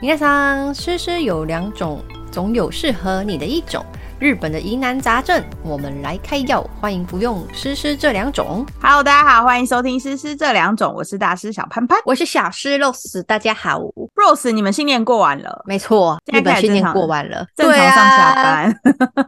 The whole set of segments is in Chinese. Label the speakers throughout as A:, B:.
A: 皆さん，诗诗有两种，总有适合你的一种。日本的疑难杂症，我们来开药，欢迎服用诗诗这两种。
B: Hello，大家好，欢迎收听《诗诗这两种》，我是大师小潘潘
A: 我是小诗 Rose，大家好。
B: Rose。你们新年过完了，
A: 没错，
B: 现在
A: 日本
B: 开始
A: 训练
B: 正常
A: 过完了，
B: 正常上下
A: 对啊，
B: 班，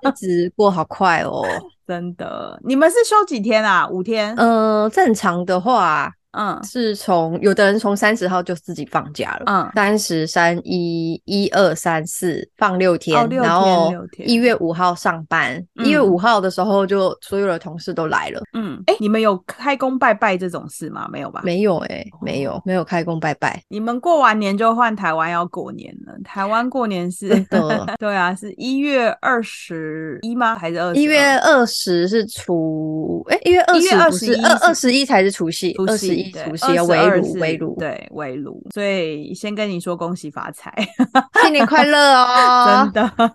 A: 日子过好快哦。
B: 真的。你们是休几天啊？五天？嗯
A: 嗯，正常的话
B: 嗯
A: 是从有的人从三十号就自己放假了。
B: 嗯
A: 三十三一一二三四放六天，
B: 哦六天
A: 然后
B: 六天
A: 一月五号上班，
B: 嗯
A: 一、月五号的时候就所有的同事都来了，
B: 嗯。哎、你们有开工拜拜这种事吗？没有吧？。哦
A: 没有哎、没有没有开工拜拜，
B: 你们过完年就换台湾要过年了。台湾过年是
A: 真的
B: 对啊，是一月二十一吗？还是二？
A: 一月二十是初，哎、一月二
B: 哦一月
A: 十不是
B: 21
A: 二
B: 是
A: 二十一才是除夕，二十一
B: 对
A: 除夕要围
B: 22
A: 炉
B: 是
A: 围炉，
B: 对围炉，所以先跟你说恭喜发财，
A: 新年快乐哦
B: 真！的。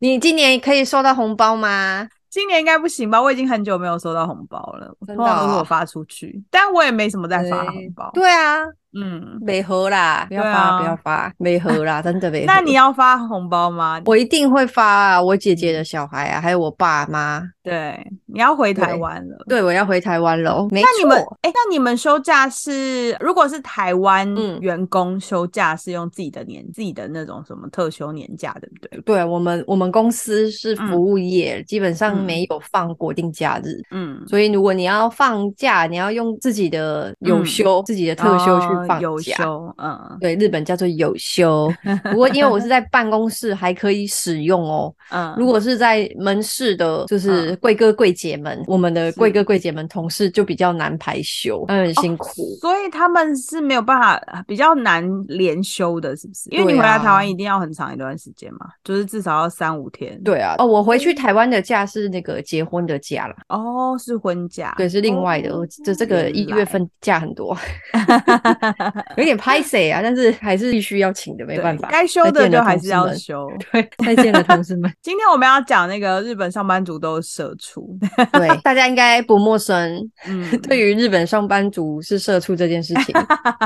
A: 你今年可以收到红包吗？
B: 今年应该不行吧？我已经很久没有收到红包了，
A: 真的哦
B: 通常都是我发出去，但我也没什么在发红包。，
A: 对 啊，
B: 嗯，
A: 没合啦，不要
B: 对
A: 发、
B: 啊
A: 不要发，没合啦，真的没合。
B: 那你要发红包吗？
A: 我一定会发啊，我姐姐
B: 嗯
A: 的小孩啊，还有我爸妈。
B: 对，你要回台
A: 对
B: 湾了。
A: 对，我要回台湾喽。没
B: 那你们
A: 错，
B: 哎、那你们休假是，如果是台湾
A: 嗯
B: 员工休假是用自己的年、自己的那种什么特休年假，对不对？
A: 对我们我们公司是服务业，基本上
B: 嗯
A: 没有放国定假日。
B: 嗯，
A: 所以，如果你要放假，你要用自己的有
B: 嗯
A: 休、自己的特休去
B: 哦
A: 放
B: 有
A: 假。
B: 休，嗯
A: 对，日本叫做有 休。不过，因为我是在办公室，还可以使用哦。
B: 嗯，
A: 如果是在门市的，就是
B: 嗯
A: 贵哥贵姐们，我们的
B: 是哦
A: 贵哥贵姐们同事就比较难排休，他们很辛苦。
B: 所以他们是没有办法，比较难连休的，是不是？因为
A: 对
B: 你回来
A: 啊
B: 台湾一定要很长一段时间嘛，就是至少要三五天。，
A: 对啊，哦，我回
B: 嗯
A: 去台湾的假是那个结婚的假啦，
B: 哦，是婚假，
A: 对，是另外的。
B: 哦
A: 我这这个一
B: 原来
A: 月份假很 多，有点拍谁啊，但是还是必须要请的，没
B: 对
A: 办法。
B: 该休
A: 再
B: 的
A: 见
B: 就
A: 了
B: 还
A: 同
B: 是
A: 事
B: 要
A: 们
B: 休。
A: 对，再见了，同事们。
B: 今天我们要讲那个日本上班族都是社畜，
A: 对，大家应该不陌 生。
B: 嗯，
A: 对于日本上班族是社畜这件事 情，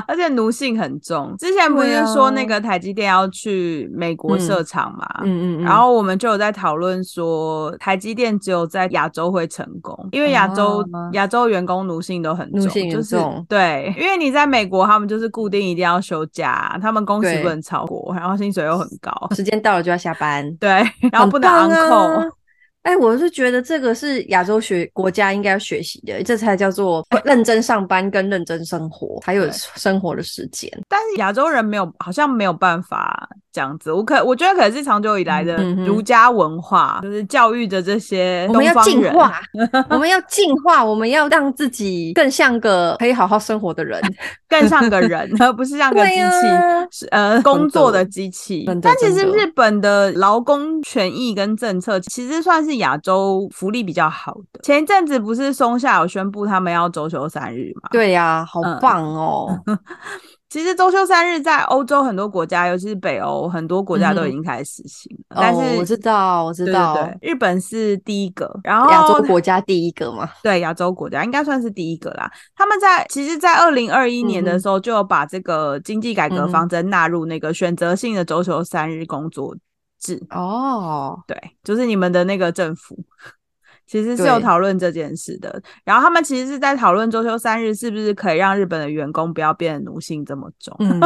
B: 而且奴性很重。之前不
A: 对啊
B: 是说那个台积电要去美国
A: 嗯
B: 设厂嘛，
A: 嗯嗯嗯，
B: 然后我们就有在讨论说，台积电只有在亚洲会成功，因为亚洲、
A: 啊
B: 亚洲员工奴性都很重，
A: 奴性很
B: 就是
A: 重
B: 对，因为你在美国，他们就是固定一定要休假，他们工时
A: 对
B: 不能超过，然后薪水又很高，
A: 时间到了就要下班，
B: 对，然后不能
A: 很棒
B: uncle，、
A: 啊 哎，我是觉得这个是亚洲学国家应该要学习的，这才叫做认真上班跟认真生活，还有
B: 对
A: 生活的时间。
B: 但是亚洲人没有，好像没有办法这样子。我可我觉得可能是长久以来的
A: 嗯嗯哼
B: 儒家文化，就是教育着这些
A: 我们要
B: 哎东方
A: 进
B: 人
A: 化，我们要进化，我们要让自己更像个可以好好生活的 人。
B: 更像个人， 而不 是像个机器。
A: 对啊
B: 是呃，工作的机器
A: 真的，
B: 但其实
A: 真的
B: 日本的劳工权益跟政策其实算是亚洲福利比较好的。前一阵子不是松下有宣布他们要周休三日嘛？
A: 对呀、好
B: 嗯
A: 棒哦！
B: 其实周休三日在欧洲很多国家，尤其是北欧很多国家
A: 嗯
B: 都
A: 哼
B: 已经开始实行了。 但
A: 哦，我知
B: 是
A: 道，我知
B: 对
A: 道，
B: 对哦对，日本是第一个，然后
A: 亚 洲国家第一个嘛。
B: 对亚洲国家应该算是第一个啦。他们在其实，在二零二一年
A: 嗯
B: 的
A: 哼
B: 时候，就有把这个经济改
A: 嗯
B: 革
A: 哼
B: 方针纳入那个选择性的周休三日工作制。
A: 哦，
B: 对，就是你们的那个政府，其实是有
A: 对
B: 讨论这件事的。然后他们其实是在讨论周休三日是不是可以让日本的员工不要变得奴性这么重。
A: 嗯，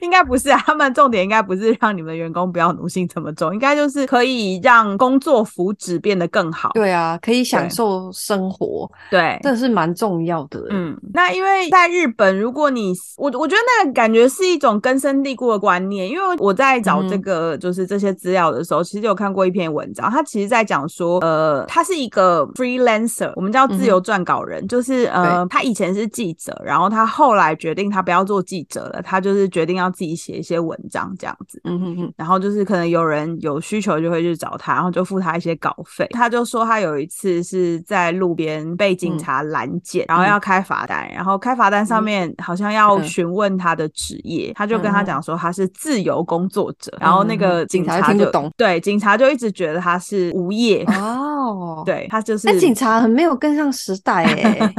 B: 应该不是啊，他们重点应该不是让你们的员工不要奴性这么重，应该就是可以让工作福祉变得更好。
A: 对啊，可以享
B: 对
A: 受生活，
B: 对，
A: 这是蛮重要的。欸
B: 嗯，那因为在日本，如果你我我觉得那个感觉是一种根深蒂固的观念，因为我在找这
A: 嗯哼
B: 个、就是这些资料的时候，其实有看过一篇文章，它其实在讲说，呃，他是一个 freelancer，我们叫自
A: 嗯
B: 由撰稿人，就是呃，他以前是记者，然后他后来决定他不要做记者了，他就是决定要自己写一些文章这样子。
A: 嗯哼哼，
B: 然后就是可能有人有需求就会去找他，然后就付他一些稿费。他就说他有一次是在路边被
A: 嗯
B: 警察拦截，然后要开罚单，然后开罚单上面好像要
A: 嗯
B: 询问他的职业，他就跟他讲说他是自由工作者，
A: 嗯
B: 然后那个
A: 警察
B: 察
A: 听不
B: 就
A: 懂
B: 对警察就一直觉得他是无业。
A: 哦，哦，
B: 对他就是
A: 那警察很没有跟上时代 哎，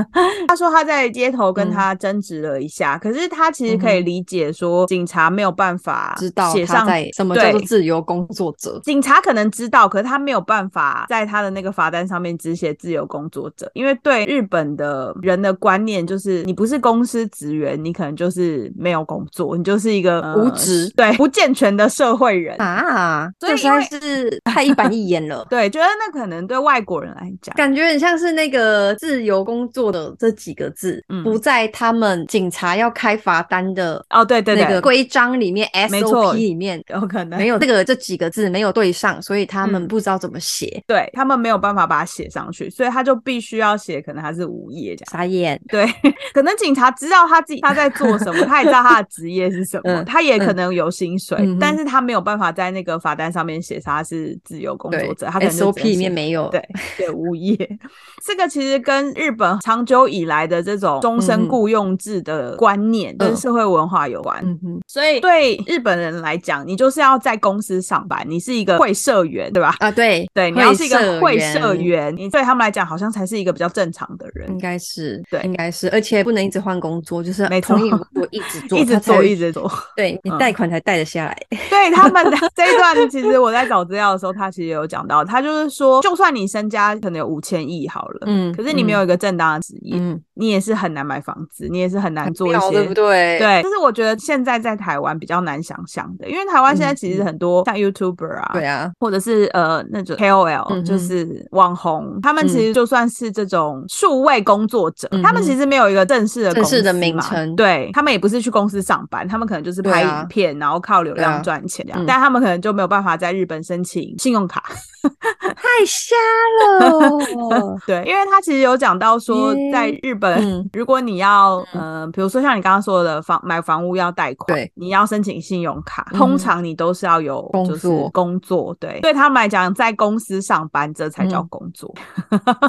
B: 他说他在街头
A: 嗯
B: 跟他争执了一下，可是他其实可以理解说警察没有办法
A: 知道
B: 写
A: 他
B: 上
A: 在什么叫做
B: 对
A: 自由工作者。
B: 警察可能知道，可是他没有办法在他的那个罚单上面只写自由工作者，因为对日本的人的观念就是，你不是公司职员，你可能就是没有工作，你就是一个、呃
A: 无职
B: 对不健全的社会人。
A: 啊，
B: 所以，
A: 这实在是太一板一眼了
B: 对，觉得那可能对外国人来讲，
A: 感觉很像是那个“自由工作”的这几个字、
B: 嗯
A: 不在他们警察要开罚单的
B: 哦，对对对，
A: 那个规章里面、
B: 没
A: SOP
B: 错
A: 里面
B: 有可能
A: 没有这个这几个字没有对上，所以他
B: 嗯
A: 们不知道怎么写。
B: 对他们没有办法把它写上去，所以他就必须要写，可能他是无业这样。
A: 傻眼，
B: 对， 可能警察知道他自己他在做什么，他也知道他的职业是什么，
A: 嗯
B: 他也可能有薪水，
A: 嗯哼
B: 但是他没有办法在那个罚单上面写他是自由工
A: 对
B: 作者，他可能就只能
A: SOP 里面
B: 写
A: 没有。
B: 对对无业。 这个其实跟日本长久以来的这种终
A: 嗯
B: 身
A: 哼
B: 雇佣制的观念跟
A: 嗯
B: 社会文化有关，
A: 嗯哼，
B: 所以对日本人来讲，你就是要在公司上班，你是一个会社员，对吧？
A: 啊，对
B: 对，你要是一个会
A: 会
B: 社
A: 社员嗯
B: 员，你对他们来讲好像才是一个比较正常的人。
A: 应该是
B: 对
A: 应该是，而且不能一直换工作，就是
B: 没错
A: 同意如果一直做，
B: 一直
A: 他才
B: 做，
A: 会
B: 一直做，
A: 对你
B: 嗯
A: 贷款才贷得下来。
B: 对他们的 这一段，其实我在找资料的时候，他其实有讲到，他就是说，就算你身家可能有五千亿好了，
A: 嗯
B: 可是你没有一个正当的职业，
A: 嗯，
B: 你也是很难买房子，你也是很难做一
A: 妙
B: 些，
A: 对不对？
B: 对，这是我觉得现在在台湾比较难想象的，因为台湾现在其实很多像 YouTuber 啊，
A: 嗯对啊，
B: 或者是呃那种 KOL，、
A: 嗯哼嗯
B: 就是网红，他们其实就算是这种数位工作者，
A: 嗯哼
B: 他们其实没有一个正式的
A: 正
B: 公司
A: 式的
B: 嘛
A: 名称
B: 对他们也不是去公司上班，他们可能就是拍
A: 对啊
B: 影片，然后靠流
A: 对
B: 量
A: 啊
B: 赚钱这样，
A: 嗯
B: 但他们可能就没有办法在日本申请信用卡，。
A: 太瞎了
B: 对，因为他其实有讲到说
A: 耶
B: 在日本。
A: 嗯，
B: 如果你要，嗯，比如说像你刚刚说的房买房屋要贷款
A: 对，
B: 你要申请信用卡，
A: 嗯
B: 通常你都是要有
A: 工
B: 就是
A: 作
B: 工作对，对他们来讲，在公司上班这才叫
A: 嗯
B: 工作，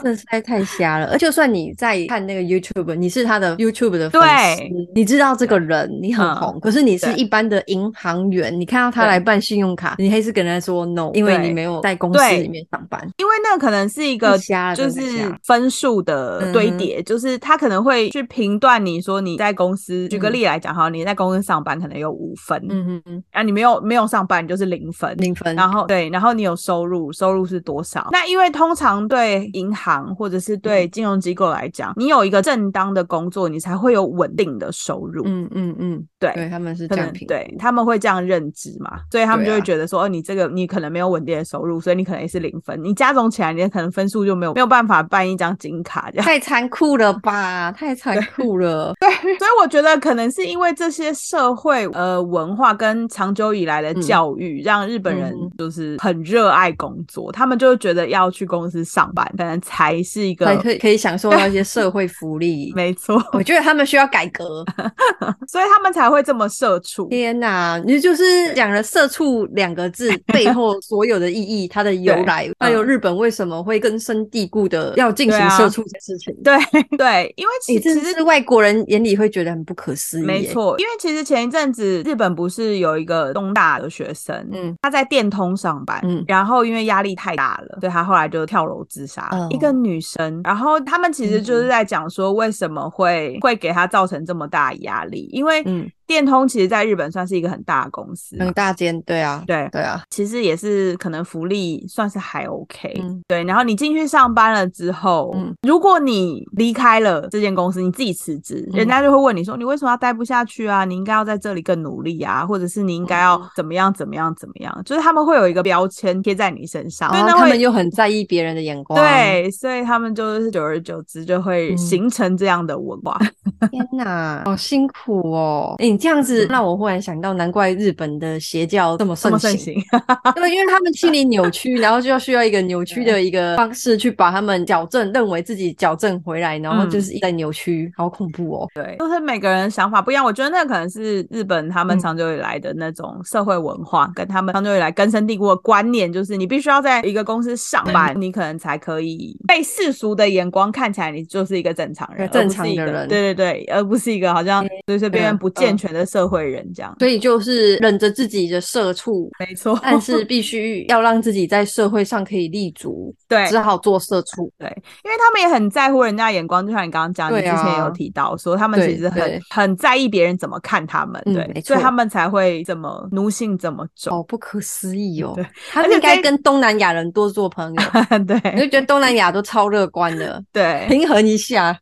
A: 真的实在太瞎了。而就算你在看那个 YouTube，你是他的 YouTube 的粉
B: 对
A: 丝，你知道这个人，你很
B: 嗯
A: 红，可是你是
B: 对
A: 一般的银行员，你看到他
B: 对
A: 来办信用卡，你还是跟他说 no，因为
B: 对
A: 你没有在公司
B: 对
A: 里面上班。
B: 因为那可能是一
A: 太
B: 个
A: 瞎了
B: 就
A: 真的嗯太瞎
B: 是
A: 了
B: 分数的堆叠，就是他可能会去评断你说你在公司，举个
A: 嗯
B: 例来讲哈，你在公司上班可能有五分，
A: 嗯嗯嗯，
B: 啊，你没有没有上班你就是零分，
A: 零分。
B: 然后对，然后你有收入，收入是多少？那因为通常对银行或者是
A: 嗯
B: 对金融机构来讲，你有一个正当的工作，你才会有稳定的收入。
A: 嗯嗯嗯，
B: 对。
A: 对，他们是
B: 可
A: 这样
B: 能
A: 评。
B: 对他们会这样认知嘛，所以他们就
A: 对啊
B: 会觉得说，哦，你这个你可能没有稳定的收入，所以你可能也是零分，你加总起来，你可能分数就没有没有办法办一张金卡这样。
A: 太残酷了吧！太残酷 了。
B: 所以我觉得可能是因为这些社会呃文化跟长久以来的教育，让日本人
A: 嗯
B: 就是很热爱工作，他们就会觉得要去公司上班，可能才是一
A: 才
B: 个。
A: 可以可以享受到一些社会福利
B: 没错，
A: 我觉得他们需要改革。
B: 所以他们才会这么社畜。
A: 天哪，你就是讲了“社畜”两个字背后所有的意义，它的由来，还有日本为什么会根深蒂固的要进
B: 嗯对
A: 行
B: 啊
A: 社畜这事情。
B: 对对，因为
A: 你
B: 其
A: 真
B: 其
A: 的
B: 实
A: 是外国人眼里会觉得很不可思议。
B: 没，错，因为其实前一阵子日本不是有一个东大的学生，
A: 嗯
B: 他在电通上班，
A: 嗯
B: 然后因为压力太大了，所以他后来就跳楼自杀。
A: 哦
B: 一个女生，然后他们其实
A: 嗯
B: 就是在讲说为什么会、会给他造成这么大的压力，因为
A: 嗯，
B: 电通其实在日本算是一个很大的公司嘛。
A: 很大间，对啊，
B: 对，
A: 对啊，
B: 其实也是可能福利算是还 OK，、
A: 嗯
B: 对。然后你进去上班了之后，
A: 嗯
B: 如果你离开了这间公司，你自己辞职，
A: 嗯
B: 人家就会问你说你为什么要待不下去啊？你应该要在这里更努力啊，或者是你应该要
A: 嗯
B: 怎么样怎么样怎么样，就是他们会有一个标签贴在你身上，所
A: 然后
B: 以那
A: 哦他们
B: 会。
A: 又很在意别人的眼光。，
B: 对，所以他们就是久而久之就会
A: 嗯
B: 形成这样的文 化。
A: 天哪，好辛苦哦！诶你这样子
B: 嗯
A: 让我忽然想到，难怪日本的邪教这么
B: 这么
A: 盛
B: 盛
A: 行。
B: 行，
A: 对，因为他们心理扭曲，然后就要需要一个扭曲 的一个方式去把他们矫正，认为自己矫正回来，然
B: 嗯
A: 后就是一直在扭曲，好恐怖哦。
B: 对， 就是每个人想法不一样。我觉得那可能是日本他们
A: 嗯
B: 长久以来的那种社会文化，跟他们长久以来根深蒂固的观念，就是你必须要在一个公司上班，你可能才可以被世俗的眼光看起来你就是一个正常人，
A: 正常的
B: 而不是一个
A: 人
B: 对对对，而不是一个好像随随便便
A: 嗯
B: 不健
A: 嗯
B: 全的社会人这样。
A: 所以就是忍着自己的社畜，
B: 没错，
A: 但是必须要让自己在社会上可以立足，
B: 对
A: 只好做社畜。
B: 对，因为他们也很在乎人家眼光，就像你刚刚讲，你
A: 对啊
B: 之前有提到说，他们
A: 对
B: 其实很
A: 对
B: 很在意别人怎么看他们，
A: 嗯
B: 对，
A: 没
B: 所以
A: 错
B: 他们才会这么奴性这么重，
A: 好不可思议哦
B: 对！
A: 他
B: 而
A: 们
B: 且
A: 应该
B: 这
A: 跟东南亚人多做 朋友，我
B: 对
A: 就觉得东南亚都超乐观的，
B: 对。
A: 平衡一下。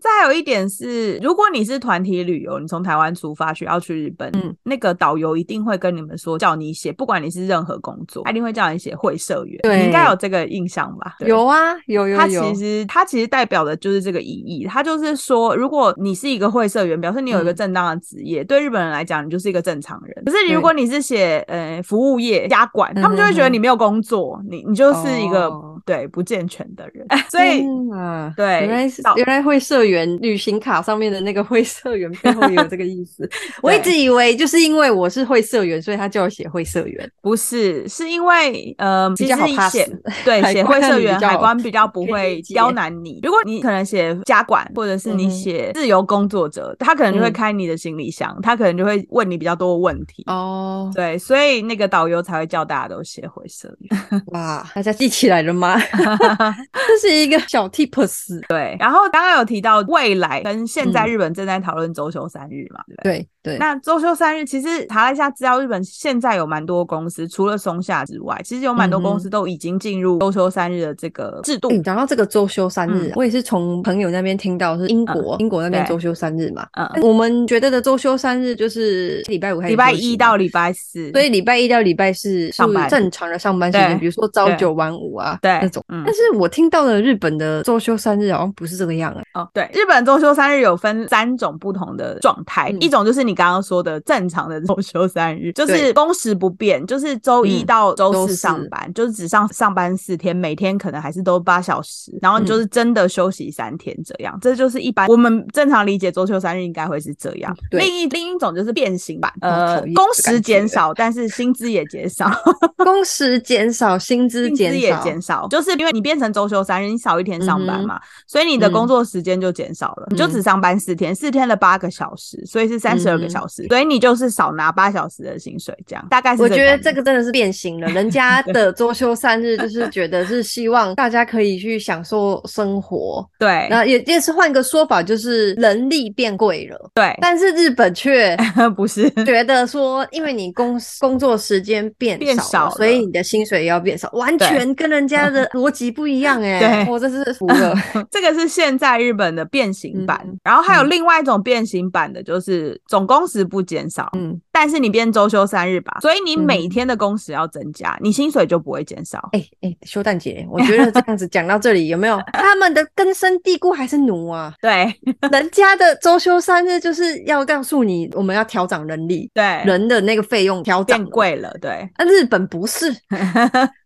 B: 再有一点是，如果你是团体旅游，你从台湾出发去要去日本，
A: 嗯
B: 那个导游一定会跟你们说，叫你写，不管你是任何工作，他一定会叫你写会社员。
A: 对
B: 你应该有这个印象吧？对
A: 有啊，有有
B: 它
A: 有
B: 其，实它其实代表的就是这个意义，它就是说，如果你是一个会社员，表示你有一个
A: 嗯
B: 正当的职业，对日本人来讲，你就是一个正常人。可是你如
A: 对
B: 果你是写呃服务业、家管，他们就会觉得
A: 嗯哼哼
B: 你没有工作，你你就是一个、
A: 哦
B: 对不健全的人， 所以。
A: 啊，
B: 对
A: 原来是
B: 到
A: 原来会社员旅行卡上面的那个会社员背后也有这个意 思。我一直以为就是因为我是会社员，所以他叫我写会社员。
B: 不是，是因为呃，其
A: 比
B: 实
A: 较好 pass
B: 写 对
A: 海
B: 写会
A: 关
B: 社
A: 比
B: 员
A: 较
B: 海关比较不
A: 可以
B: 会
A: 理解
B: 刁难你。如果你可能写家管，或者是你
A: 嗯哼
B: 写自由工作者，他可能就会
A: 嗯
B: 开你的行李箱，他可能就会问你比较多的问题。
A: 哦，
B: 对，所以那个导游才会叫大家都写灰色语。
A: 哇，大家记起来了吗？这是一个小 tips。
B: 对，然后刚刚有提到未来跟现在
A: 嗯
B: 日本正在讨论周休三日嘛，对不对？
A: 对对，
B: 那周休三日其实查了一下资料，日本现在有蛮多公司，除了松下之外，其实有蛮
A: 嗯
B: 多公司都已经进入周休三日的这个制度。
A: 欸你讲到这个周休三日啊
B: 嗯，
A: 我也是从朋友那边听到，是英国、英国那边
B: 对
A: 周休三日嘛。
B: 嗯，
A: 我们觉得的周休三日就是礼拜五还是
B: 礼拜
A: 休息
B: 一
A: 嘛
B: 到礼拜四，
A: 所以礼拜一到礼拜四是
B: 上班
A: 正常的上班时间，
B: 对
A: 比如说朝
B: 对
A: 九晚五啊
B: 对
A: 那种。
B: 嗯
A: 但是我听到的日本的周休三日好像不是这个样哎、
B: 哦，对，日本周休三日有分三种不同的状态，
A: 嗯
B: 一种就是你刚刚说的正常的周休三日，就是
A: 对
B: 工时不变，就是周一
A: 嗯
B: 到周
A: 周
B: 四
A: 四
B: 上班，就是只上上班四天，每天可能还是都八小时，然后你
A: 嗯
B: 就是真的休息三天这样，这就是一般我们正常理解周休三日应该会是这样。
A: 嗯对
B: 另一另一种就是变形版，
A: 好
B: 呃
A: 讨厌，
B: 工
A: 这感
B: 时减
A: 觉
B: 少，但是薪资也减少。
A: 工时减少，薪资
B: 薪
A: 减
B: 资也
A: 少，
B: 减少，就是因为你变成周休三日，你少一天上班嘛，所以你的
A: 嗯
B: 工作时间就减少了，你就只上班四天，四天的八个小时，所以是三十二个
A: 嗯
B: 小时，所以你就是少拿八小时的薪水，这样大概是
A: 我
B: 个
A: 觉得
B: 概
A: 这个真的是变形了。人 家的周休三日就是觉得是希望大家可以去享受生活，
B: 念
A: 然后也也是换个说法，就是人力变贵了。
B: 对
A: 但是日本却
B: 对，不是。
A: 觉得说，因为你工工作时间变
B: 变
A: 少
B: 少了
A: 所以你的薪水也要变少，完
B: 对
A: 全跟人家 的逻辑不一样哎、
B: 对
A: 我真是服 了。
B: 这个是现在日本的变形版，
A: 嗯
B: 然后还有另外一种变形版的，就是总工时不减少，
A: 嗯，
B: 但是你变周休三日吧，所以你
A: 嗯
B: 每天的工时要增加，你薪水就不会减少。
A: 哎、哎、修蛋姐，我觉得这样子讲到这里，有没 有他们的根深蒂固还是奴啊？
B: 对
A: 人家的周休三日就是要告诉你，我们要调整人力，
B: 对，
A: 人的那个费用调整
B: 变
A: 了。
B: 贵了，对。
A: 啊，日本不 是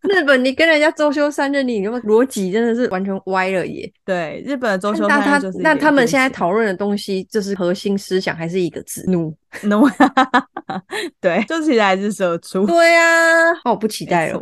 A: 日本，你跟人家周休三日，你那个逻辑真的是完全歪了耶。
B: 对，日本的周休
A: 那
B: 三
A: 他
B: 日就是
A: 那
B: 也
A: 他们
B: 变
A: 现在
B: 形
A: 讨论的东西，就是核心思想还是一个字怒。
B: no，对，就其实还是社畜。
A: 对呀、啊，哦，不期待了。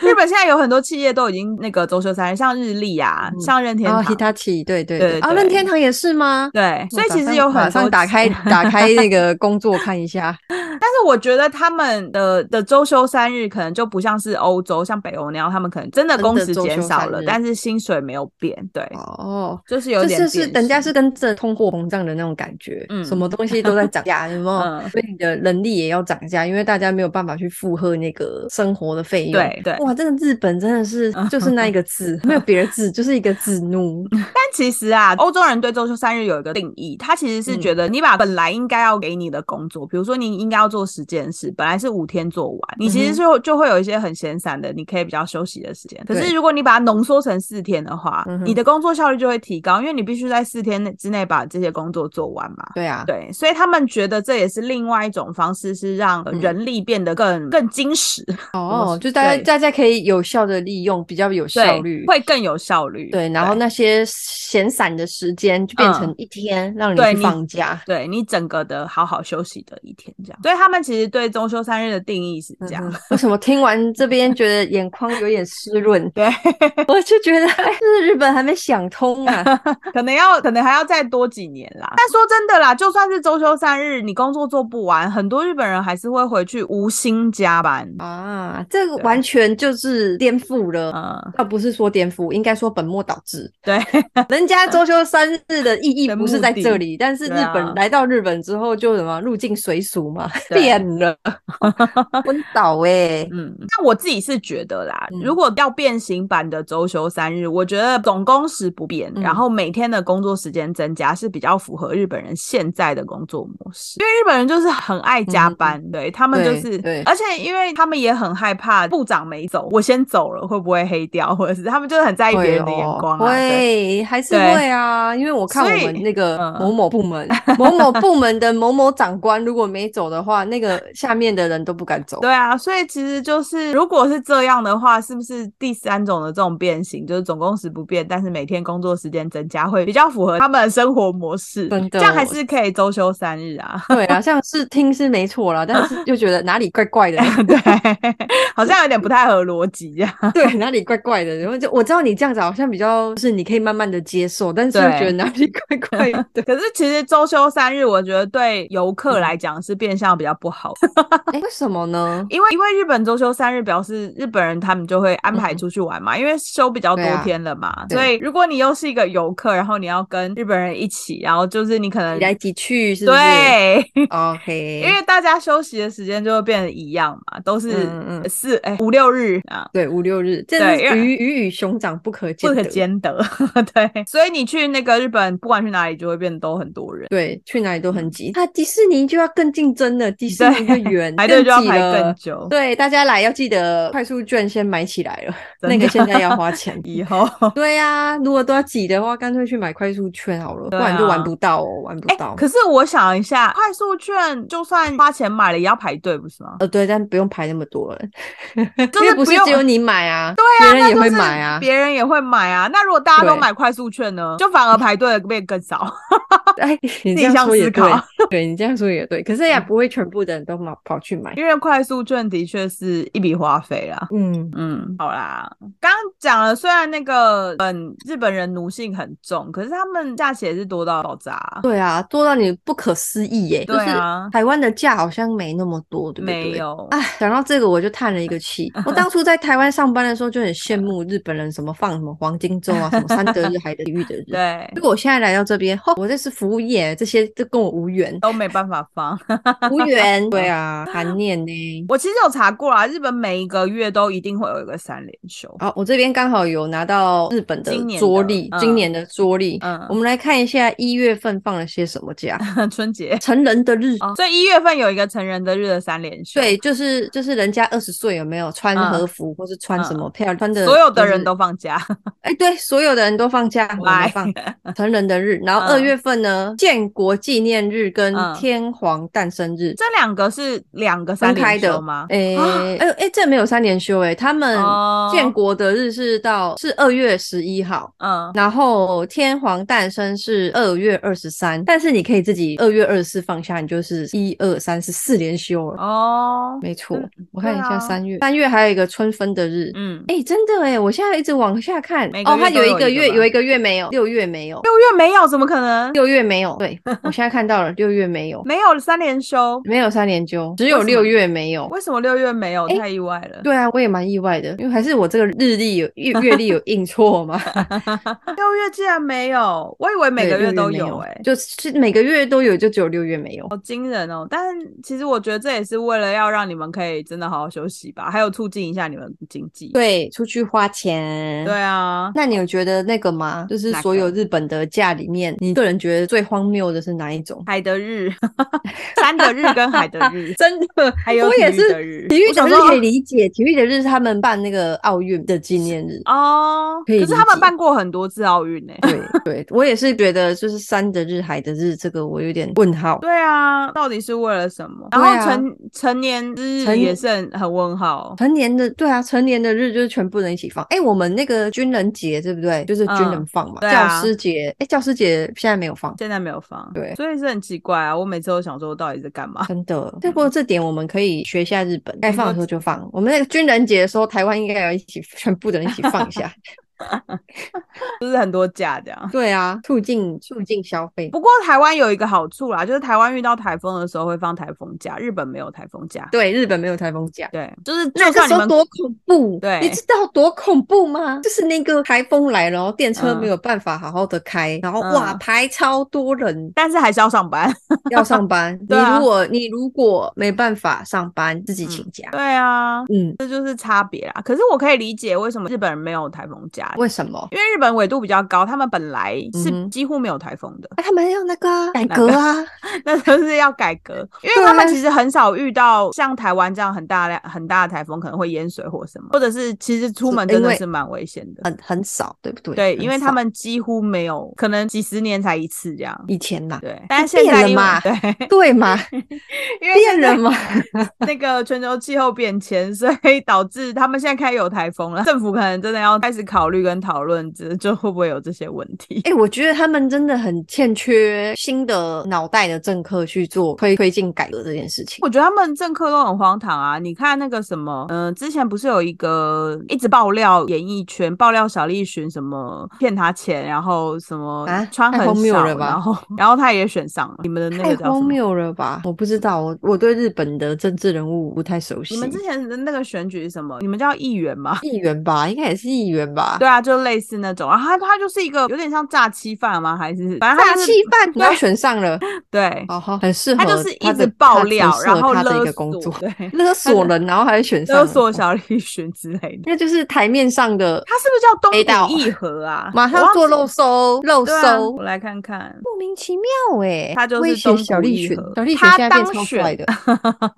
B: 日本现在有很多企业都已经那个周休三日，像日立啊，
A: 嗯
B: 像任天
A: 然后
B: 堂，
A: Hitachi，对对
B: 对
A: 对，
B: 对
A: 啊，任天堂也是吗？
B: 对，所以
A: 我哦打
B: 其实
A: 算
B: 有很
A: 马
B: 多
A: 上打
B: 企
A: 开打开那个工作看一下。
B: 但是我觉得他们的的周休三日可能就不像是欧洲，像北欧那样，他们可能真的
A: 真
B: 工
A: 的
B: 时
A: 周
B: 减
A: 休
B: 少
A: 三
B: 了，
A: 日
B: 但是薪水没有变，对，
A: 哦，
B: 就是有
A: 这
B: 点
A: 就是
B: 变
A: 人家
B: 形
A: 是跟着通货膨胀的那种感觉，
B: 嗯
A: 什么东西都在涨价，有没
B: 嗯
A: 有？所以你的人力也要涨价，因为大家没有办法去负荷那个生活的费用。
B: 对嗯对
A: 哇，这个日本真的是就是那一个 字，没有别的字，就是一个字怒。
B: 但其实啊，欧洲人对周休三日有一个定义，他其实是觉得你把本来应该要给你的工作，比如说你应该要做十件事，本来是五天做完，你其实
A: 嗯哼
B: 就就会有一些很闲散的，你可以比较休息的时间。可是
A: 对
B: 如果你把它浓缩成四天的话，
A: 嗯哼
B: 你的工作效率就会提高，因为你必须在四天内之内把这些工作做完嘛。
A: 对啊，
B: 对，所以他们觉得这也是另外一种方式，是让
A: 嗯
B: 人力变得更、更精实，
A: 哦，
B: 对
A: 就大家大家可以有效的利用，比较有效率
B: 对，。会更有效率。
A: 对，然后那些闲散的时间就变成一天，让你
B: 嗯对
A: 去
B: 你
A: 放假。
B: 对你整个的好好休息的一天，这样。所以他们嗯们其实对中秋三日的定义是这样。？
A: 为什么听完这边觉得眼眶有点湿润
B: 嗯对，
A: 我就觉得，哎，就是日本还没想通啊。
B: 可能要可能还要再多几年啦。但说真的啦，就算是周休三日，你工作做不完，很多日本人还是会回去无薪加班。
A: 啊，这个
B: 对
A: 完全就是颠覆了。
B: 嗯，
A: 倒不是说颠覆，应该说本末倒置。
B: 对，
A: 人家周休三日的意义
B: 的
A: 不是
B: 目
A: 在
B: 的
A: 这里，但是日
B: 对
A: 本、
B: 啊
A: 来到日本之后就什么入境随俗嘛，
B: 对
A: 变了，昏 倒哎、
B: 嗯，但我自己是觉得啦，
A: 嗯
B: 如果要变形版的周休三日，我觉得总工时不变，
A: 嗯
B: 然后每天的工作时间增加是比较符合日本人现在的工作模式，因为日本人就是很爱加班，对他们就
A: 嗯对
B: 是
A: 对，
B: 而且因为他们也很害怕部长没走，我先走了会不会黑掉，或者是他们就是很在意别人的眼光啊，
A: 哦
B: 对
A: 会还是
B: 对
A: 会啊，因为我看
B: 所
A: 我
B: 以
A: 们那个
B: 嗯
A: 某某部 门、某某部门的某某长官如果没走的话，那个下面的人都不敢走。
B: 对啊，所以其实就是，如果是这样的话，是不是第三种的这种变形，就是总工时不变，但是每天工作时间增加，会比较符合他们的生活模式？
A: 真的
B: 这样还
A: 我。
B: 是可以周休三日啊
A: 对啊，像是听是没错啦，但是就觉得哪里怪怪 的。
B: 对，好像有点不太合逻辑呀、啊。
A: 对，哪里怪怪的，然后就我知道你这样子好像比较，就是你可以慢慢的接受，但是又
B: 对
A: 觉得哪里怪怪的。
B: 可是其实周休三日，我觉得对游客来讲是变相比较不好的，
A: 哎，为什么呢？
B: 因为因为日本周休三日表示日本人他们就会安排
A: 嗯
B: 出去玩嘛，因为休比较多
A: 对啊
B: 天了嘛，
A: 对
B: 所以如果你又是一个游客，然后你要跟日本人一起，然后就是你可能
A: 挤来挤去是不嗯是？
B: 对，
A: ，OK，
B: 因为大家休息的时间就会变得一样嘛，都
A: 嗯
B: 是
A: 嗯
B: 四哎五六日啊，
A: 对五六日，这
B: 对
A: 是
B: 因为
A: 鱼鱼与熊掌不可兼
B: 不
A: 得。
B: 可兼得。 对，所以你去那个日本，不管去哪里，就会变得都很多人。
A: 对，去哪里都很挤。那、迪士尼就要更竞争了，迪士尼
B: 对
A: 会远，
B: 排队就要
A: 挤
B: 排
A: 了
B: 更久，
A: 对，大家来要记得快速券先买起来了，
B: 真
A: 那个
B: 的。
A: 现在要花钱
B: 以后。
A: 对呀、如果都要挤的话，干脆去买快速券好了，不然就玩
B: 啊
A: 不到哦，玩不
B: 哎、
A: 到。
B: 可是我想一下，快速券就算花钱买了，也要排队，不是吗？
A: 呃，对，但不用排那么多 人，
B: 就
A: 因
B: 是
A: 为不
B: 不
A: 是
B: 用
A: 只有你买啊，
B: 对啊，
A: 别人也
B: 那
A: 会
B: 就是
A: 买啊。
B: 别人也会买啊。那如果大家都
A: 对
B: 买快速券呢，就反而排队的变更少。
A: 哎，你这
B: 自己
A: 样
B: 向
A: 说也
B: 思
A: 对
B: 考，嗯
A: 对 你这样说也对，可是也不会全部的人都跑跑去买。
B: 因为快速券的确是一笔花费啦。
A: 嗯，
B: 嗯，好啦，刚刚讲了，虽然那个嗯日本人奴性很重，可是他们假期也是多到爆炸啊，
A: 对啊，做到你不可思议耶、就是
B: 对啊
A: 台湾的假好像没那么多，对不对？
B: 没。有。
A: 哎，讲到这个我就叹了一个 气。我当初在台湾上班的时候就很羡慕日本人，什么放什么黄金周啊，什么三德日、海德日的日。
B: 对，，
A: 如果我现在来到这边，哦，我这是服务业，这些都跟我无缘
B: 都没办法放。
A: 无缘。对啊，含念呢。
B: 我其实有查过啦，日本每一个月都一定会有一个三连休。
A: 好，我这边刚好有拿到日本的
B: 今年的
A: 桌历，
B: 嗯
A: 今年的桌历，我
B: 嗯，
A: 们来看一下一月份放了些什么假。
B: 春节，
A: 成人的日，
B: 哦所以一月份有一个成人的日的三连休，
A: 对，，就是就是人家二十岁有没有穿
B: 嗯
A: 和服，或是穿什么漂亮，穿的
B: 所有的
A: 就是
B: 人都放 假。
A: 哎，对，所有的人都放假，我们
B: 来，
A: 放成人的日。然后
B: 嗯
A: 二月份呢，建国纪念日跟
B: 嗯
A: 天皇诞生日
B: 这两个是两个
A: 分
B: 三
A: 开
B: 连
A: 的
B: 休吗？
A: 哎
B: 啊
A: 哎哎，这没有三连休哎，他们
B: 哦
A: 建国的日是到是二月十一号。
B: 嗯，
A: 然后天皇诞生是二月二十三，但是你可以自己二月二十四放下，你就是一二三是四连休了。
B: 哦，
A: 没错
B: 嗯，
A: 我看一
B: 对
A: 下
B: 啊
A: 三月，三月还有一个春分的日。
B: 嗯，
A: 哎、真的哎，我现在一直往下看，
B: 每个
A: 哦，它
B: 月都
A: 有一
B: 有
A: 个
B: 一个
A: 月
B: 吧
A: 有一个月没有，六月没有，
B: 六月没有，怎么可能？
A: 六月没有。 对我现在看到了，六月没有，
B: 没有三连休，
A: 没有三连休，只有
B: 为什么
A: 六月没有。
B: 为什么六月没有？
A: 诶
B: 太意外了。
A: 对啊，我也蛮意外的，因为还是我这个日历有月月历有印错嘛。
B: 六月竟然没有，我以为每
A: 对
B: 个
A: 六
B: 月都
A: 没
B: 有、诶，
A: 就是每个月都有，就只有六月没有。
B: 好惊人哦！但其实我觉得这也是为了要让你们可以真的好好休息吧，还有促进一下你们经济。
A: 对，出去花钱。
B: 对。啊，
A: 那你有觉得那个吗？就是
B: 哪
A: 所有
B: 个
A: 日本的假里面，你个人觉得最荒谬的是哪一 种？，
B: 海的日、山的日跟海的日
A: 真的，
B: 还有
A: 我
B: 体
A: 也
B: 育的
A: 是。
B: 日。
A: 体育
B: 我
A: 的
B: 想
A: 日
B: 说哦
A: 可以理解，体育的日是他们办那个奥运的纪念日。
B: 哦，
A: 可以
B: 可是他
A: 理
B: 们
A: 解
B: 办过很多次奥 运呢。
A: 对对，我也是觉得就是山的日、海的日，这个我有点问号。
B: 对啊，到底是为了什么？
A: 对
B: 然后
A: 啊
B: 成、成年之日
A: 成
B: 也是很很问号。
A: 成年的对啊，成年的日就是全部人一起放。哎，我们那个军人节对不对？就是军人
B: 嗯
A: 放嘛。
B: 对
A: 教
B: 啊
A: 师节，哎，教师节现在没有放。
B: 现在没有放，
A: 对
B: 所以是很奇怪啊！我每次都想说，我到底在干嘛？
A: 真的，这不过这点我们可以学一下日本，
B: 嗯
A: 该放的时候就放。我们那个军人节的时候，台湾应该要一起全部的人一起放一下。
B: 就是很多假这样。
A: 对啊，促进促进消费。
B: 不过台湾有一个好处啦，就是台湾遇到台风的时候会放台风假，日本没有台风假。
A: 对，日本没有台风假。
B: 对，就是
A: 那个
B: 就算
A: 时
B: 你
A: 候
B: 们
A: 多恐怖，
B: 对
A: 你知道多恐怖吗？就是那个台风来了，然后电车没有办法好好的开，然后哇，
B: 嗯
A: 排超多 人
B: 但是还是要上班。
A: 要上班。
B: 对啊
A: 你如果你如果没办法上班，自己请假。
B: 对啊，
A: 嗯，
B: 这就是差别啦。可是我可以理解为什么日本人没有台风假，
A: 为什么？
B: 因为日本纬度比较高，他们本来
A: 嗯
B: 是
A: 哼
B: 几乎没有台风的，
A: 啊、他们要那个啊改
B: 哪
A: 革啊，
B: 那就是要改革，因为
A: 对啊
B: 他们其实很少遇到像台湾这样很大量很大的台风，可能会淹水或什么，或者是其实出门
A: 是因
B: 真的
A: 为
B: 是蛮危险的。
A: 很很少，对不对？
B: 对，因为
A: 很少
B: 他们几乎没有，可能几十年才一次这样。
A: 以前呐、
B: 对，但是
A: 变
B: 现在
A: 了
B: 因为
A: 嘛
B: 对，
A: 对嘛，
B: 因为
A: 变
B: 现在
A: 了嘛，
B: 那个全球气候变迁，所以导致他们现在开始有台风了。政府可能真的要开始考虑跟讨论，这就会不会有这些问题。
A: 哎、我觉得他们真的很欠缺新的脑袋的政客去做推推进改革这件事情。
B: 我觉得他们政客都很荒唐啊！你看那个什么，嗯、之前不是有一个一直爆料演艺圈爆料小栗旬什么骗他钱，然后什么
A: 啊
B: 穿
A: 太
B: 很
A: 荒谬
B: 少，
A: 了吧
B: 然后然后他也选上了。你们的那
A: 太
B: 个叫什
A: 荒
B: 么？
A: 谬了吧！我不知道，我我对日本的政治人物不太熟悉。
B: 你们之前的那个选举是什么？你们叫议员吗？
A: 议员吧，应该也是议员吧？
B: 对啊，就类似那种。然后他他就是一个有点像诈欺犯吗？还是反正啊他
A: 大
B: 就是
A: 气犯，然后选上 了，
B: 对，
A: 好好，很哦适合
B: 他就是一直
A: 的
B: 爆
A: 他很
B: 料，
A: 适合
B: 然后
A: 他的一
B: 勒
A: 个工
B: 索
A: 作，
B: 对，
A: 勒索人，然后还选上了嗯
B: 勒索，小栗旬之类的。
A: 那就是台面上的，
B: 他是不是叫东
A: A 到
B: 谷义和啊？
A: 马
B: 我
A: 上
B: 忘
A: 做
B: 记
A: 漏收，漏
B: 对啊，
A: 收，
B: 我来看看，
A: 莫名其妙哎、
B: 他就是
A: 威胁
B: 东谷
A: 小栗
B: 一
A: 旬
B: 和，
A: 小栗旬
B: 他
A: 现在变
B: 当
A: 超
B: 选
A: 帅 的，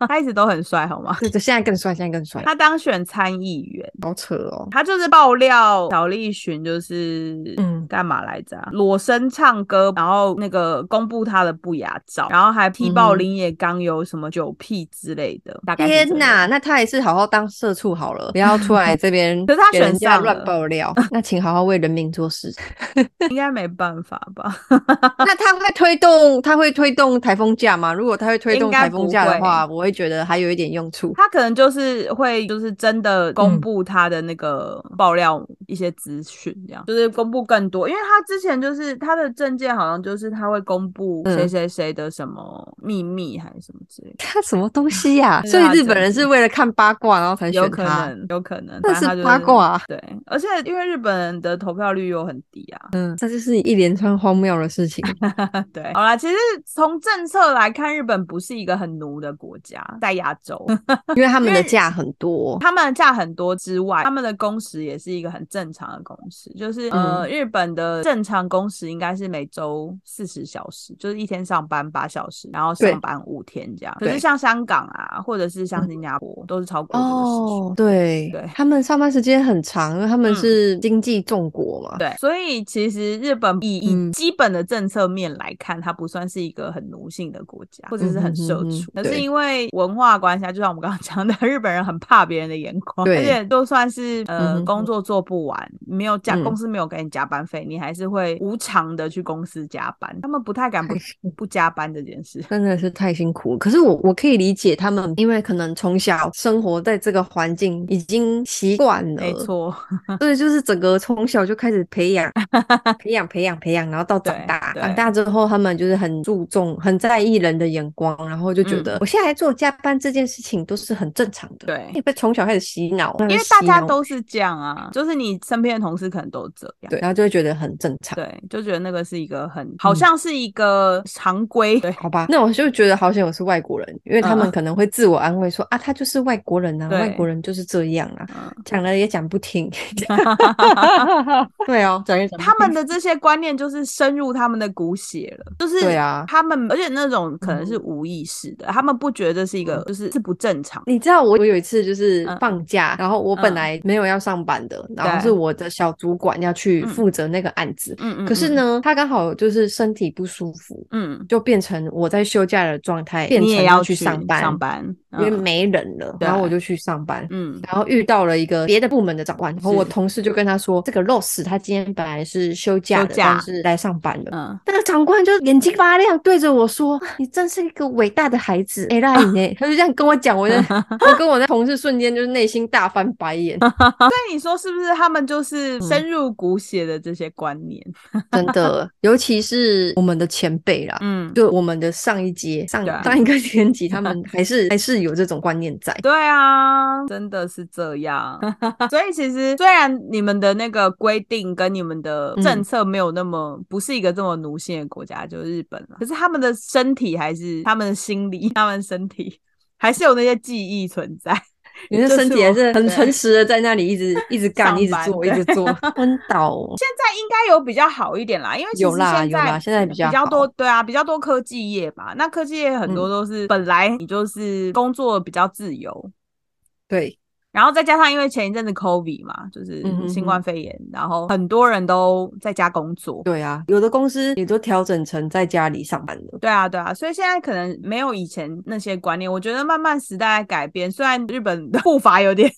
B: 他一直都很帅，好吗？
A: 对对，现在更帅，现在更帅，
B: 他当选参议员，
A: 好扯哦。
B: 他就是爆料小栗旬就是
A: 嗯
B: 干嘛来着啊、裸身唱歌，然后那个公布他的不雅照，然后还踢
A: 嗯
B: 爆
A: 哼
B: 林野刚有什么酒屁之类的，大概是
A: 天
B: 这
A: 呐，
B: 样！
A: 那他也是好好当社畜好了，不要出来这边
B: 可是他
A: 给人
B: 选
A: 家
B: 上
A: 乱
B: 了
A: 爆料。那请好好为人民做事。
B: 应该没办法吧？
A: 那他会推动，他会推动台风假吗？如果他会推动
B: 应该
A: 台风假
B: 不
A: 的
B: 会
A: 话，我会觉得还有一点用 处。
B: 他可能就是会就是真的
A: 嗯
B: 公布他的那个爆料一些资讯，这样、就是公布更多，因为他之前就是他的证件好像就是他会公布
A: 嗯
B: 谁谁谁的什么秘密还是什么之类的，
A: 他什么东西呀、
B: 对
A: 所以
B: 啊
A: 日
B: 真
A: 本人
B: 的
A: 是为了看八卦然后才
B: 有
A: 选
B: 可
A: 他。
B: 能有可能，
A: 那
B: 反正
A: 是
B: 他就是
A: 八卦啊
B: 对，而且因为日本人的投票率又很低啊，
A: 嗯，这就是一连串荒谬的事情。
B: 对，好啦，其实从政策来看，日本不是一个很奴的国家，在亚洲，
A: 因为他们的
B: 因为
A: 假很多，
B: 他们假很多之外，他们的工时也是一个很正常的工时，就是、呃，
A: 嗯
B: 日本的正常工时应该是每周四十小时，就是一天上班八小时，然后
A: 对
B: 上班五天这样。可
A: 对嗯
B: 是像香港啊，或者是像新加坡，都是超过这个时数。
A: 哦，对
B: 对
A: 他们上班时间很长，因为他们
B: 嗯
A: 是经济重国嘛。
B: 对，所以其实日本以以
A: 嗯
B: 基本的政策面来看，它不算是一个很奴性的国家，或者是
A: 嗯哼
B: 很
A: 哼
B: 社畜。
A: 哼
B: 可是
A: 对
B: 因为文化关系啊，就像我们刚 刚讲的，日本人很怕别人的眼光，而
A: 对
B: 且就算是
A: 嗯
B: 呃、
A: 哼哼
B: 工作做不完，没有加、
A: 嗯
B: 公司没有给你加班费，你还是会无偿的去公司加班。他们不太敢不不加班这件事。
A: 真的是太辛苦了。可是我我可以理解他们，因为可能从小生活在这个环境已经习惯了，
B: 没，错，
A: 对，就是整个从小就开始培 养，培养，培养，培养，然后到长
B: 对
A: 大，
B: 对
A: 长大之后他们就是很注重、很在意人的眼光，然后就觉
B: 嗯
A: 得、我现在做加班这件事情都是很正常的，
B: 对
A: 被从小开始洗脑，因
B: 因为大家都是这样啊，就是你身边的同事可能都这样。
A: 对，然后就会觉得很正常。
B: 对，就觉得那个是一个
A: 嗯
B: 很，好像是一个常规。对，
A: 好吧，那我就觉得好险我是外国人，因为他们
B: 嗯
A: 可能会自我安慰说、啊，他就是外国人啊，
B: 对
A: 外国人就是这样啊，
B: 嗯，
A: 讲了也讲不 听。对啊，讲也讲不听
B: 哦他们的这些观念就是深入他们的骨血了，就是
A: 对啊
B: 他们而且那种可能是
A: 嗯
B: 无意识的，他们不觉得是一个就是是不正常。
A: 你知道我我有一次就是
B: 嗯
A: 放假，然后我本
B: 嗯
A: 来没有要上班的，然后
B: 对
A: 是我的小主管要去负责那个案子。
B: 嗯嗯，
A: 可是呢，他刚好就是身体不舒服，
B: 嗯，嗯，
A: 就变成我在休假的状态，变
B: 你
A: 成
B: 也要
A: 去上班，
B: 上班，
A: 因为
B: 嗯
A: 没人了，
B: 对
A: 然后我就去上班。
B: 嗯
A: 然后遇到了一个别的部门的长官，然后
B: 是
A: 我同事就跟他说，这个 Rose 他今天本来是休假的，
B: 休假
A: 但是来上班的。
B: 嗯，
A: 那个长官就眼睛发亮，对着我说：“啊你真是一个伟大的孩子，哎啦你 呢？”他就这样跟我讲，我 就我跟我那同事瞬间就是内心大翻白 眼，
B: 那你说是不是他们
A: 嗯
B: 就是深入骨血的这些观念？
A: 真的，尤其是我们的前辈啦，
B: 嗯，
A: 就我们的上一节上
B: 对啊
A: 上一个年级，他们还 是还是有这种观念在。
B: 对啊，真的是这样。所以其实虽然你们的那个规定跟你们的
A: 嗯
B: 政策没有那么，不是一个这么奴性的国家，就是日本了。可是他们的身体还是他们的心理，他们身体还是有那些记忆存在。
A: 你的
B: 就是
A: 身体还是
B: 我
A: 很
B: 对
A: 诚实的在那里一直一直干，
B: 上
A: 一直
B: 班
A: 做，一直 做，昏倒哦。
B: 现在应该有比较好一点啦，因为其实
A: 有啦
B: 现
A: 有
B: 在
A: 啦现在
B: 比
A: 比较
B: 多，
A: 好嗯
B: 对啊，比较多科技业吧。那科技业很多都是、本来你就是工作比较自由，
A: 对，
B: 然后再加上因为前一阵子 COVID 嘛，就是
A: 嗯哼哼
B: 新冠肺炎，然后很多人都在家工作。
A: 对啊，有的公司也都调整成在家里上班了。
B: 对啊，对啊，所以现在可能没有以前那些观念，我觉得慢慢时代在改变。虽然日本的 步伐有点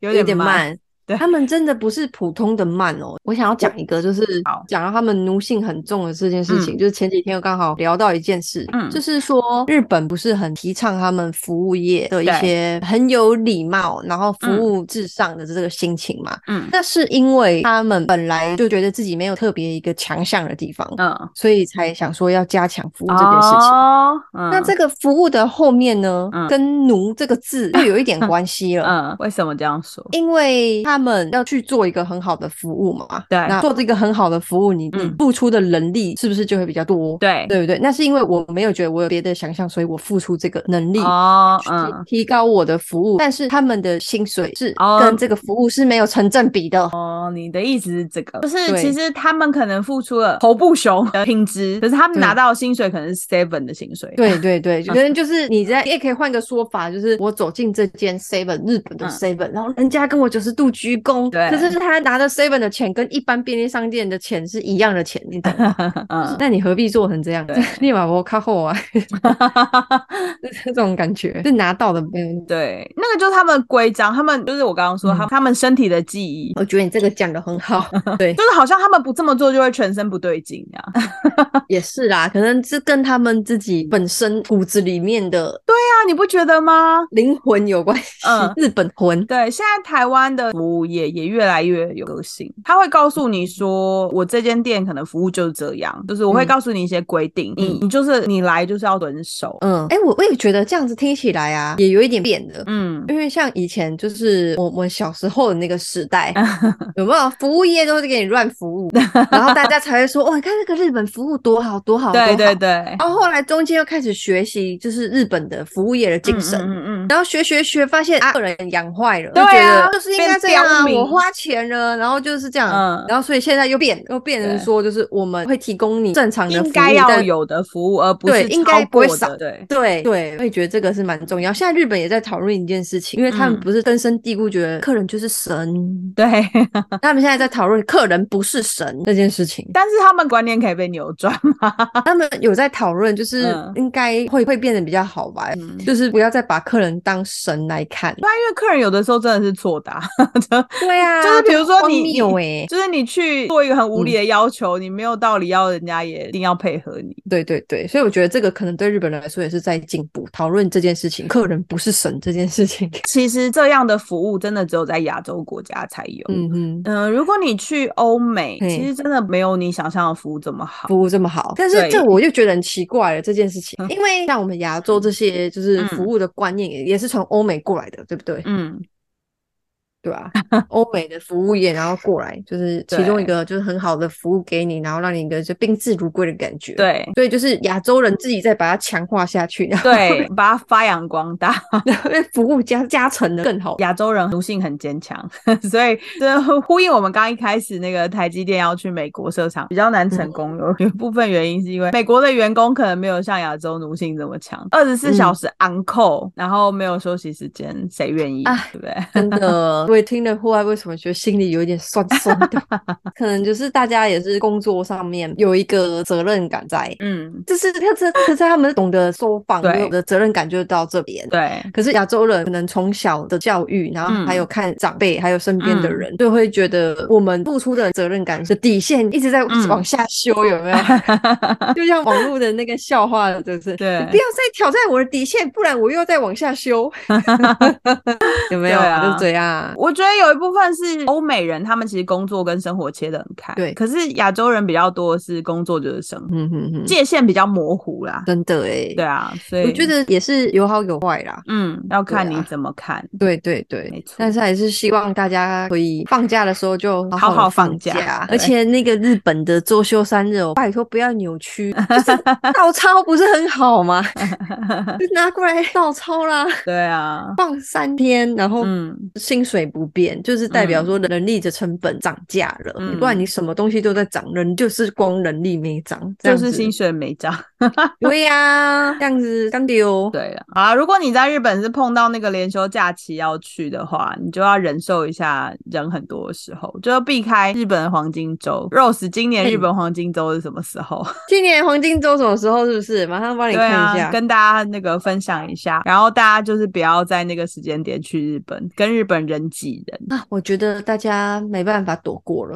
B: 有
A: 有
B: 点
A: 点慢。
B: 对
A: 他们真的不是普通的慢哦。我想要讲一个，嗯就是
B: 好
A: 讲到他们奴性很重的这件事情，就是前几天我刚好聊到一件事，
B: 嗯
A: 就是说日本不是很提倡他们服务业的一些很有礼貌，然后服务至上的这个心情嘛。
B: 嗯
A: 那是因为他们本来就觉得自己没有特别一个强项的地方，
B: 嗯，
A: 所以才想说要加强服务这件事情。
B: 哦、嗯
A: 那这个服务的后面呢，
B: 嗯
A: 跟奴这个字就有一点关系了。
B: 嗯，为什么这样说？
A: 因为他们要去做一个很好的服务嘛，
B: 对
A: 那做这个很好的服务，你你
B: 嗯
A: 付出的能力是不是就会比较多？
B: 对
A: 对不对？那是因为我没有觉得我有别的想象，所以我付出这个能力。
B: 哦，
A: 去
B: 嗯，
A: 提高我的服务，但是他们的薪水是
B: 哦
A: 跟这个服务是没有成正比的。
B: 哦，你的意思是这个，就是
A: 对
B: 其实他们可能付出了头部熊的品质，可是他们
A: 对
B: 拿到的薪水可能是 seven 的薪水。
A: 对对对，
B: 嗯
A: 可能就是你在，你也可以换个说法，就是我走进这间 Seven 日本的
B: 嗯
A: Seven，、然后人家跟我九十度鞠躬，
B: 对
A: 可是他拿的 Seven 的钱跟一般便利商店的钱是一样的钱，你懂吗？
B: 嗯，
A: 那你何必做成这样
B: 对？
A: 立马我靠 后啊，这种感觉就拿到的没有。
B: 对，那个就是他们规章，他们就是我刚刚说，他、
A: 嗯
B: 他们身体的记忆，
A: 我觉得你这个讲的很 好，对，
B: 就是好像他们不这么做就会全身不对劲啊。对
A: 也是啦，可能是跟他们自己本身骨子里面的
B: 啊，你不觉得吗？
A: 灵魂有关系，
B: 嗯
A: 日本魂，
B: 对，现在台湾的服务业也越来越有个性，他会告诉你说，我这间店可能服务就是这样，就是我会
A: 嗯
B: 告诉你一些规定，你
A: 嗯
B: 你就是你来就是要遵守。
A: 嗯，哎、我我也觉得这样子听起来啊，也有一点变的。
B: 嗯，
A: 因为像以前就是我们小时候的那个时 代，有没有服务业都是给你乱服务，然后大家才会 说，哦，你看那个日本服务多好多好多好。
B: 对对对，
A: 然后后来中间又开始学习，就是日本的服务业的精神，
B: 嗯嗯嗯
A: 然后学学学，发现啊，个人养坏了，
B: 对啊
A: 就觉得就是应该这样啊，
B: 变刁民
A: 我花钱了，然后就是这样，
B: 嗯
A: 然后所以现在又变又变成
B: 对
A: 说，就是我们会提供你正常
B: 嗯
A: 的服务，
B: 应该要
A: 但
B: 有的服务，而不
A: 对
B: 是
A: 应
B: 超
A: 该不会
B: 过
A: 少
B: 的。对，
A: 对对，我也觉得这个是蛮重要。现在日本也在讨论一件事情，因为他们
B: 嗯
A: 不是根深蒂固觉得客人就是神，
B: 对，
A: 他们现在在讨论客人不是神这件事情。
B: 但是他们观念可以被扭转嘛？
A: 他们有在讨论，就是
B: 嗯
A: 应该会会变得比较好吧，
B: 嗯
A: 就是不要再把客人当神来 看。
B: 对啊，因为客人有的时候真的是错的啊、 就
A: 对啊，
B: 就是比如说
A: 荒
B: 你
A: 谬哎，
B: 就是你去做一个很无
A: 嗯
B: 理的要求，你没有道理要人家也一定要配合你。
A: 对对对，所以我觉得这个可能对日本人来说也是在进步，讨论这件事情，客人不是神这件事情。
B: 其实这样的服务真的只有在亚洲国家才有。
A: 嗯哼，
B: 嗯、如果你去欧美，
A: 嘿
B: 其实真的没有你想象的服务这么好。
A: 服务这么好，但是
B: 对
A: 这我就觉得很奇怪了这件事情，因为像我们亚洲这些就是
B: 嗯
A: 服务的观念也也是从欧美过来的，对不对？
B: 嗯，
A: 对啊，欧美的服务业然后过来，就是其中一个就是很好的服务给你，然后让你一个就宾至如归的感觉。，
B: 对
A: 所以就是亚洲人自己再把它强化下去，然后
B: 对， 把它发扬光大。
A: 被服务加加成的更好。
B: 亚洲人奴性很坚强， 所以这呼应我们刚刚一开始那个台积电要去美国设厂比较难成功，
A: 嗯
B: 有有一部分原因是因为美国的员工可能没有像亚洲奴性这么强，二十四
A: 嗯
B: 小时 on call，、然后没有休息时间，谁愿意？
A: 哎
B: 对不对？
A: 真的，我也听了后来为什么觉得心里有一点酸酸的，可能就是大家也是工作上面有一个责任感在，
B: 嗯，
A: 就是可是可是他们懂得收放，
B: 对
A: 有的责任感就到这边。
B: 对，
A: 可是亚洲人可能从小的教育，然后还
B: 嗯
A: 有看长辈，还有身边的人，就会觉得我们付出的责任感的底线一直在
B: 嗯
A: 往下修，有没有？ 就像网络的那个笑话，就是
B: 对
A: 你不要再挑战我的底线，不然我又要再往下修， 有没有？
B: 对啊
A: 就是这样。
B: 我觉得有一部分是欧美人，他们其实工作跟生活切得很开，
A: 对
B: 可是亚洲人比较多的是工作就是生活，
A: 嗯哼哼，
B: 界限比较模糊啦。
A: 真的哎、
B: 对啊，所以
A: 我觉得也是有好有坏啦。
B: 嗯，要看
A: 对
B: 你
A: 啊
B: 怎么看。
A: 对对对，
B: 没错
A: 但是还是希望大家可以放假的时候就
B: 好好
A: 好
B: 放
A: 放
B: 假对
A: 而且那个日本的周休三日哦，拜托不要扭曲， 就是照抄不是很好吗？就拿过来照抄啦，
B: 对啊，
A: 放三天，然后
B: 嗯，
A: 薪水不变，就是代表说人力的成本涨价了，
B: 嗯
A: 不然你什么东西都在涨，人就是光人力没涨，这
B: 就
A: 样
B: 是
A: 子
B: 薪水没涨。
A: 对呀、这样子哦干丢。
B: 对了，好啦，啊如果你在日本是碰到那个连休假期要去的话，你就要忍受一下人很多的时候，就要避开日本的黄金周。Rose，今年
A: 嗯
B: 日本黄金周是什么时候？
A: 今年黄金周什么时候？是不是？马上帮你
B: 对
A: 看
B: 啊
A: 一下。
B: 跟大家那个分享一下，然后大家就是不要在那个时间点去日本，跟日本人挤人。
A: 啊，我觉得大家没办法躲过了，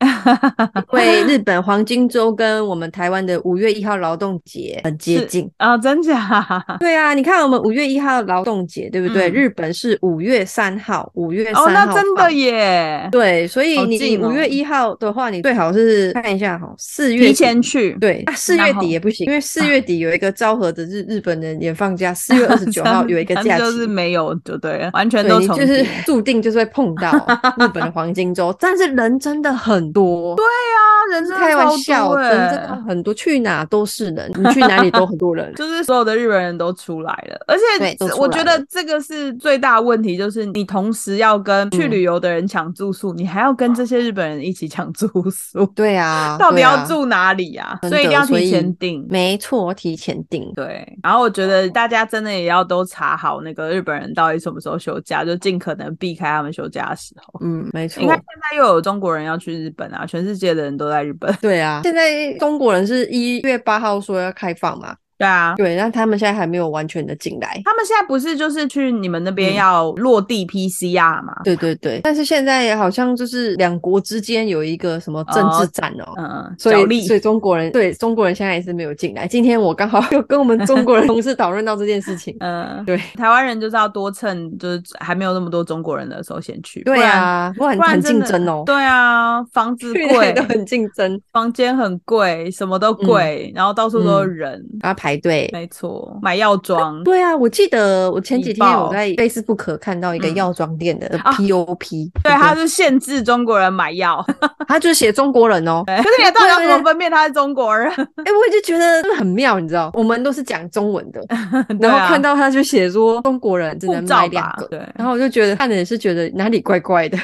A: 因 为日本黄金周跟我们台湾的五月一号劳动节很接近。
B: 啊、真假？
A: 对啊，你看我们五月一号的劳动节，对不对？
B: 嗯
A: 日本是五月三号，五月 三
B: 哦，
A: 号
B: 那
A: 放、
B: 真的耶，
A: 对，所以
B: 好
A: 你
B: 近哦
A: 五月一号的话，你最好是看一下哈，四月
B: 提
A: 底
B: 前去。
A: 对，啊四、
B: 然
A: 月
B: 后啊
A: 底也不行，因为四月底有一个昭和的日日本人也放假，四月二十九号有一个
B: 他们
A: 假期，
B: 就是没有，就对了，完全
A: 对
B: 都
A: 你
B: 重
A: 就
B: 叠。啊
A: 是注定就是会碰 到日本的黄金周，但是人真的很多，对，
B: 啊，人真的
A: 开玩
B: 超
A: 笑，
B: 多
A: 人
B: 欸。
A: 真的很多，去哪都是人，你去哪里都很多人
B: 就是所有的日本人都出来了，而
A: 对都
B: 且
A: 出
B: 我
A: 来
B: 觉
A: 了
B: 得这个是最大的问题，就是你同时要跟
A: 嗯
B: 去旅游的人抢住宿，你还要跟这些日本人一起抢住宿，
A: 对啊，
B: 到底
A: 对
B: 要
A: 啊？
B: 住哪里呀、
A: 真
B: 所以一
A: 的
B: 定要
A: 所
B: 提
A: 以
B: 前订。
A: 没哦错，提前订。
B: 对，然后我觉得大家真的也要都查好那个日本人到底什么时候休假，就尽可能避开他们休假的时候。
A: 嗯，没错
B: 你。看现在又有中国人要去日本啊，全世界的人都在日本。
A: 对啊，现在中国人是一月八号说要开放嘛？
B: 对啊，
A: 对，那他们现在还没有完全的进来。
B: 他们现在不是就是去你们那边
A: 嗯
B: 要落地 PCR 吗？
A: 对对对，但是现在好像就是两国之间有一个什么政
B: 哦
A: 治战哦，
B: 嗯嗯，
A: 所
B: 角
A: 以，
B: 力，
A: 所以中国人对中国人现在也是没有进来。今天我刚好 又跟我们中国人同事讨论到这件事情
B: 嗯，
A: 对
B: 台湾人就是要多趁就是还没有那么多中国人的时候先去，
A: 对啊，不
B: 不
A: 然
B: 然
A: 很
B: 真
A: 竞
B: 的
A: 争哦，
B: 对啊，房 子
A: 去哪里
B: 贵
A: 都，很嗯竞争，
B: 房间很贵，什么都贵，然后到处都是
A: 嗯
B: 人，
A: 然后排队。
B: 没错，买药妆。
A: 对啊，我记得我前几
B: 引
A: 天
B: 爆
A: 我在 Facebook 看到一个
B: 嗯
A: 药妆店的
B: 啊
A: POP，、
B: 对，他是限制中国人买 药，
A: 他就是写中国人哦。哎、
B: 可是你到底要怎么分辨他是中国人？
A: 我就觉得很妙，你知道，我们都是讲中文的，
B: 对
A: 然后
B: 啊
A: 看到他就写说中国人只
B: 护
A: 能买
B: 照
A: 两
B: 吧，
A: 个，
B: 对
A: 然后我就觉得看着也是觉得哪里怪怪的。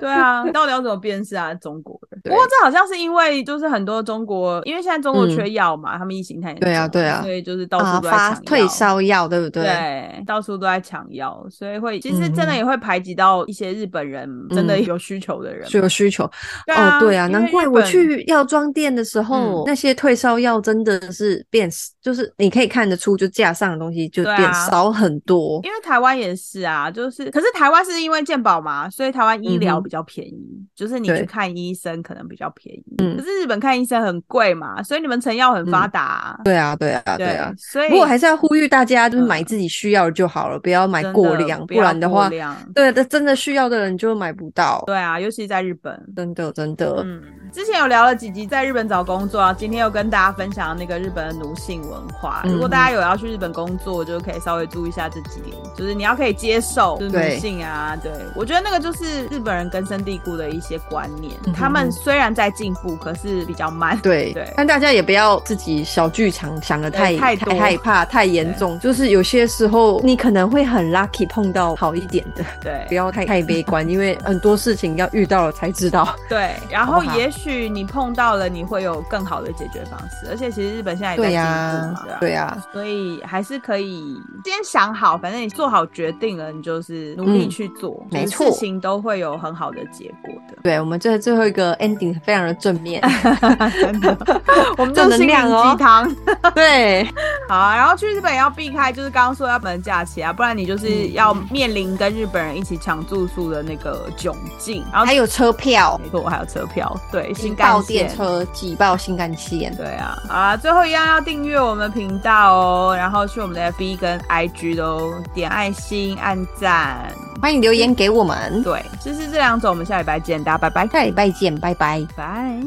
B: 对啊，到底要怎么辨识啊？中国人？不
A: 对
B: 过这好像是因为就是很多中国，因为现在中国
A: 嗯
B: 缺药嘛，他们疫情太严重
A: 对啊
B: 了，
A: 对啊
B: 所以就是到
A: 啊，
B: 处都在抢
A: 发
B: 药
A: 退烧药，对不对？
B: 对，到处都在抢药，所以会其实
A: 嗯
B: 真的
A: 哼
B: 也会排挤到一些日本人，真的
A: 嗯
B: 有需求的人
A: 是
B: 嘛。
A: 有需求，
B: 对
A: 哦，对啊，
B: 因
A: 难
B: 为
A: 怪
B: 日
A: 我
B: 本嗯
A: 去药妆店的时候，那些退烧药真的是变，就是你可以看得出，就架上的东西就
B: 对
A: 变
B: 啊
A: 少很多。
B: 因为台湾也是啊，就是可是台湾是因为健保嘛，所以台湾医
A: 嗯
B: 疗
A: 哼
B: 比较便宜，就是你
A: 对嗯
B: 去看医生可能比较便宜。可是日本看医生很贵嘛，所以你们成药很发达啊、
A: 对啊，对啊，嗯对啊。
B: 所以
A: 不过还是要呼吁大家，就是
B: 嗯
A: 买自己需要的就好了，不要买
B: 真
A: 过
B: 的
A: 量，
B: 不
A: 不
B: 要
A: 然的
B: 过
A: 话，
B: 量
A: 对，啊这真的需要的人就买不到。
B: 对啊，尤其在日本。
A: 真的，真的，
B: 嗯，之前有聊了几集在日本找工作啊，今天又跟大家分享那个日本的奴性文化。
A: 嗯
B: 如果大家有要去日本工作，就可以稍微注意一下这几点，就是你要可以接受就是
A: 对
B: 奴性啊。对我觉得那个就是日本人根深蒂固的一些观念，
A: 嗯哼
B: 他们虽然在进步，可是比较慢。
A: 对
B: 对
A: 但大家也不要自己小剧场想的太
B: 对太多
A: 太害怕、太严
B: 对
A: 重。就是有些时候你可能会很 lucky 碰到好一点的。
B: 对
A: 不要太太悲 观，因为很多事情要遇到了才知道。
B: 对，然
A: 好
B: 后
A: 不好
B: 也许你碰到了，你会有更好的解决方式。而且其实日本现在也在
A: 对
B: 进
A: 呀、
B: 步嘛，啊
A: 对呀、
B: 所以还是可以先想好，反正你做做好决定了，你就是努力去做，
A: 嗯没
B: 就是事
A: 错
B: 情都会有很好的结果的。
A: 对我们这最后一个 ending 非常的正面，
B: 真的，我们就
A: 正能
B: 心灵
A: 量哦
B: 鸡汤。
A: 对，
B: 好啊，然后去日本要避开，就是刚刚说要不能假期啊，不然你
A: 嗯
B: 就是要面临跟日本人一起抢住宿的那个窘境。然后
A: 还有车票，
B: 没错，我还有车票，对，新
A: 挤
B: 干
A: 爆
B: 线
A: 嗯电。车，挤爆新干线，
B: 对啊，啊，最后一样要订阅我们频道哦，然后去我们的 FB 跟 IG 都点爱心、按赞，
A: 欢迎留言给我们，
B: 对，就是这两种。我们下礼拜见，大家拜拜，
A: 下礼拜见，拜拜。
B: 拜。